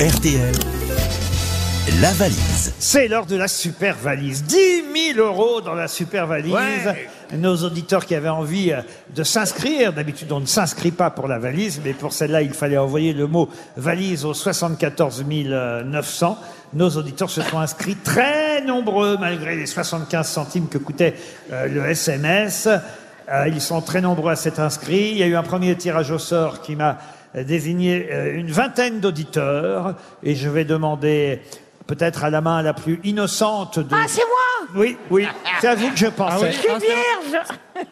RTL, la valise. C'est l'heure de la super valise. 10 000 euros dans la super valise. Nos auditeurs qui avaient envie euh, de s'inscrire, d'habitude on ne s'inscrit pas pour la valise, mais pour celle-là il fallait envoyer le mot valise au 74 900. Nos auditeurs se sont inscrits très nombreux malgré les 75 centimes que coûtait euh, le SMS. Euh, ils sont très nombreux à s'être inscrits. Il y a eu un premier tirage au sort qui m'a euh, désigné euh, une vingtaine d'auditeurs et je vais demander peut-être à la main la plus innocente de... Ah, c'est Ah moi Oui, oui, c'est à vous que je pensais. Je suis vierge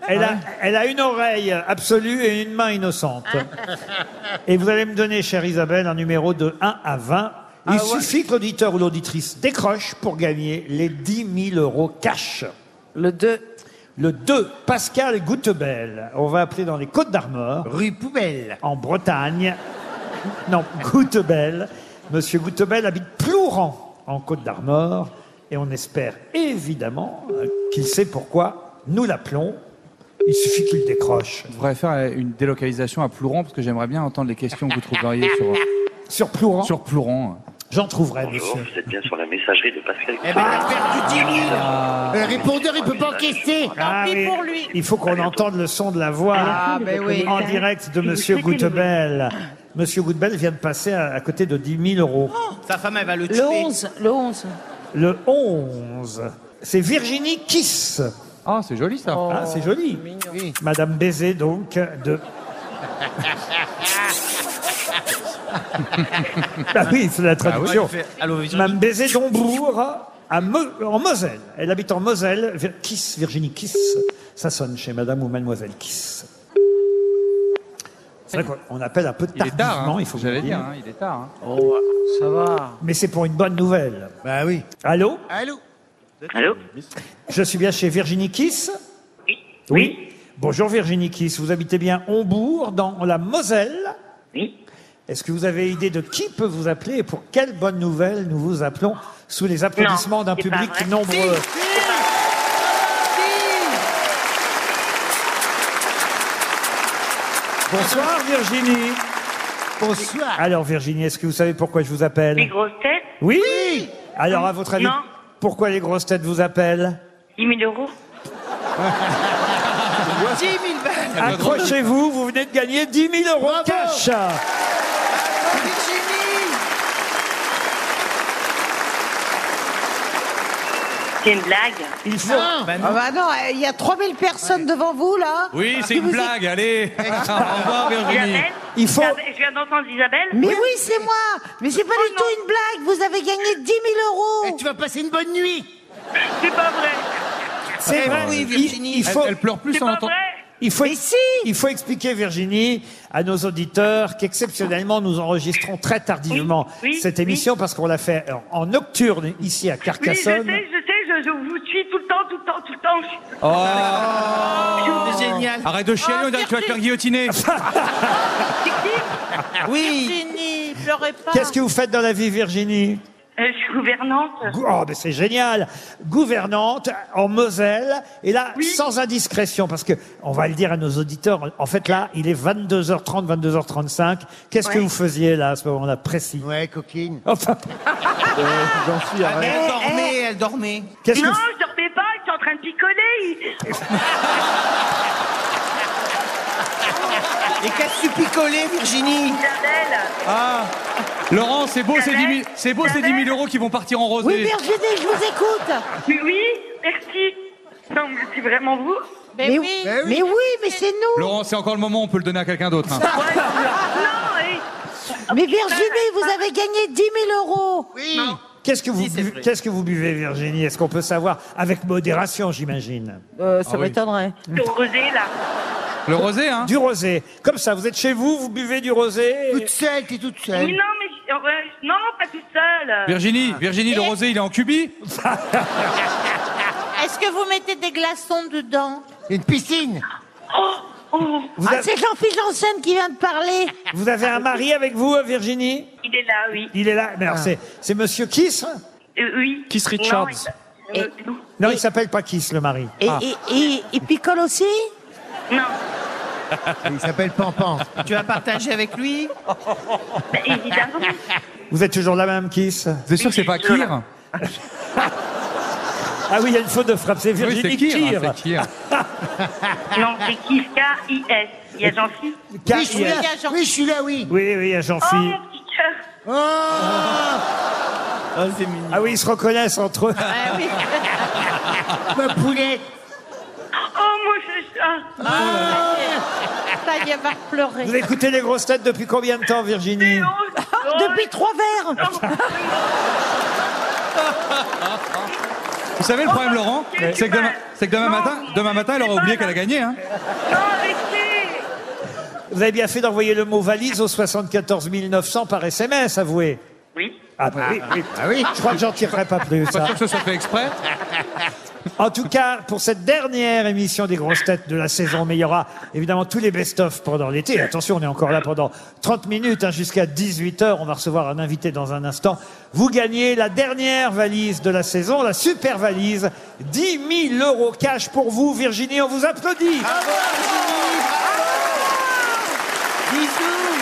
Elle Ah a, elle a une oreille absolue et une main innocente. Ah. Et vous allez me donner, chère Isabelle, un numéro de 1 à 20. Il Ah, suffit que l'auditeur ou l'auditrice décroche pour gagner les 10 000 euros cash. Le 2. Le 2, Pascal Goutebel. On va appeler dans les Côtes d'Armor, Rue Poubelle. en Bretagne. Non, Goutebel. Monsieur Goutebel habite Plouran, en Côte d'Armor. Et on espère évidemment euh, qu'il sait pourquoi nous l'appelons. Il suffit qu'il décroche. Je voudrais faire une délocalisation à Plouron parce que j'aimerais bien entendre les questions que vous trouveriez sur, Sur Plouran, sur Plouron. j'en trouverai, Bonjour, monsieur. vous êtes bien sur la messagerie de Pascal. Eh ben, elle a perdu 10 000 Le répondeur, il peut pas encaisser Ah Tant pis oui, pour lui. Il faut qu'on entende le son de la voix hein, Ah, ben oui. en direct de Monsieur Goutebel. Monsieur Goutebel vient de passer à, à côté de 10 000 euros. Sa femme, elle va le tuer. Le 11. Le 11. Le 11, c'est Virginie Kiss. Ah, c'est joli ça. Ah, c'est joli. Oui. Madame Baiser, donc, de... bah oui, Ah c'est la traduction. Mme Baiser d'Ombourg à Mo- en Moselle. Elle habite en Moselle. Vir- Kiss, Virginie Kiss. Ça sonne chez Madame ou Mademoiselle Kiss. C'est vrai qu'on appelle un peu Il est tardivement, tard. hein. il faut vous J'allais le dire. dire, hein, il est tard. hein. Mais c'est pour une bonne nouvelle. Bah oui. Allô Allô Allô Je suis bien chez Virginie Kiss Oui. Bonjour Virginie Kiss. Vous habitez bien Hombourg, dans la Moselle Oui. Est-ce que vous avez idée de qui peut vous appeler et pour quelle bonne nouvelle nous vous appelons sous les applaudissements d'un c'est pas public vrai. nombreux Bonsoir Virginie. Bonsoir. Alors Virginie, est-ce que vous savez pourquoi je vous appelle Les grosses têtes, Oui. Alors à votre avis, Non. pourquoi les grosses têtes vous appellent 10 000 euros. 10 000 balles Accrochez-vous, vous venez de gagner 10 000 euros Bravo. cash. Virginie C'est une blague. Il faut. Non. Ah bah non, il y a 3000 personnes devant vous, là. Oui, c'est Qui une vous blague, allez Au revoir, Virginie Isabelle Il faut- Isabelle- Je viens d'entendre Isabelle. Oh Mais oui, c'est moi Mais c'est pas du non. tout une blague Vous avez gagné 10 000 Et euros tu vas passer une bonne nuit C'est pas vrai. C'est vrai. oui, il- Virginie. Il, faut. Elle, elle pleure plus C'est en pas entendant. vrai. Il faut, Mais si il faut expliquer, Virginie, à nos auditeurs qu'exceptionnellement, nous enregistrons très tardivement Oui, oui, cette oui. émission parce qu'on l'a fait en, en nocturne ici à Oui, je sais, Carcassonne. je sais, je, je vous suis tout le temps, tout le temps, tout le temps. Je- Oh C'est génial. Arrête de chialer, Oh, on dirait que tu vas te merci. faire guillotiner Oui. Virginie, pleurez pas Qu'est-ce que vous faites dans la vie, Virginie Euh, je suis gouvernante. Gou- Oh, mais c'est génial Gouvernante en Moselle, et là, Oui. sans indiscrétion, parce que on va le dire à nos auditeurs, en fait, là, il est 22h30, 22h35. Qu'est-ce que Ouais. vous faisiez, là, à ce moment-là, précis Ouais, coquine. Euh, Enfin, Mais elle dormait, elle dormait. qu'est-ce que Non, vous... je dormais pas, je suis en train de picoler. Et qu'as-tu picolé, Virginie Isabelle, Laurent, c'est beau, ces 10 000, c'est beau, ces 10 000 euros qui vont partir en Oui, rosé Virginie, je vous écoute mais oui, merci. Non, mais c'est vraiment vous Ah. Mais, oui Mais oui, mais c'est nous Laurent, c'est encore le moment, on peut le donner à quelqu'un d'autre. hein. Ouais, Non, eh, Mais Virginie, vous avez gagné 10 000 euros Oui. Non. Qu'est-ce que, vous Si, c'est buvez- vrai. qu'est-ce que vous buvez, Virginie Est-ce qu'on peut savoir Avec modération, j'imagine. Euh, Ça Ah m'étonnerait. c'est au rosé, là. Le rosé, hein Du rosé. Comme ça, vous êtes chez vous, vous buvez du rosé. Toute seule, t'es toute Mais seule. non, mais je- euh, ouais, non, pas toute seule. Virginie, Virginie, le rosé, il est en cubie Est-ce que vous mettez des glaçons dedans Une piscine. Oh, Vous, Ah, avez, c'est Jean-Philippe Janssen qui vient de parler vous avez un mari avec vous, euh, Virginie Il est là, oui. Il est là. Mais Ah. alors, c'est, c'est monsieur Kiss hein Euh, oui. Keith Non, Richards. il- euh, non. Non, il s'appelle pas Kiss, le mari. Ah. Et, et- et- il picole aussi Non, Il s'appelle Pampan. Tu vas partager avec lui bah, évidemment. Vous êtes toujours là, Madame Kiss Vous êtes sûr que c'est pas Kir Ah oui, il y a une faute de frappe, c'est Oui, c'est Virginie Kir. Kir. hein, c'est Kir. Non, c'est Kiss, K-I-S. Il y a Jean-Phi. Car- Oui, je suis là, oui, je suis là, oui. Oui, oui, il y a jean Oh, phi mon petit cœur. Ah, Ah oui, ils se reconnaissent entre eux. ma poulette. Oh, mon chat. Ça y est, va pleurer. Vous écoutez les grosses têtes depuis combien de temps, Virginie Oh, Ah, Depuis trois verres. Vous savez le problème, Laurent Ouais. C'est que demain, c'est que demain Non, matin, demain matin, elle aura c'est oublié pas qu'elle a gagné. Hein. Non, arrêtez. Vous avez bien fait d'envoyer le mot valise au 74 900 par SMS, avouez. Oui. Ah bah oui, oui. Ah oui Je crois que j'en tirerai pas plus. Pas hein. sûr que ce soit fait exprès. En tout cas, pour cette dernière émission des grosses têtes de la saison, mais il y aura évidemment tous les best-of pendant l'été. Attention, on est encore là pendant 30 minutes hein, jusqu'à 18h. On va recevoir un invité dans un instant. Vous gagnez la dernière valise de la saison, la super valise. 10 000 euros cash pour vous, Virginie. On vous applaudit. Bisous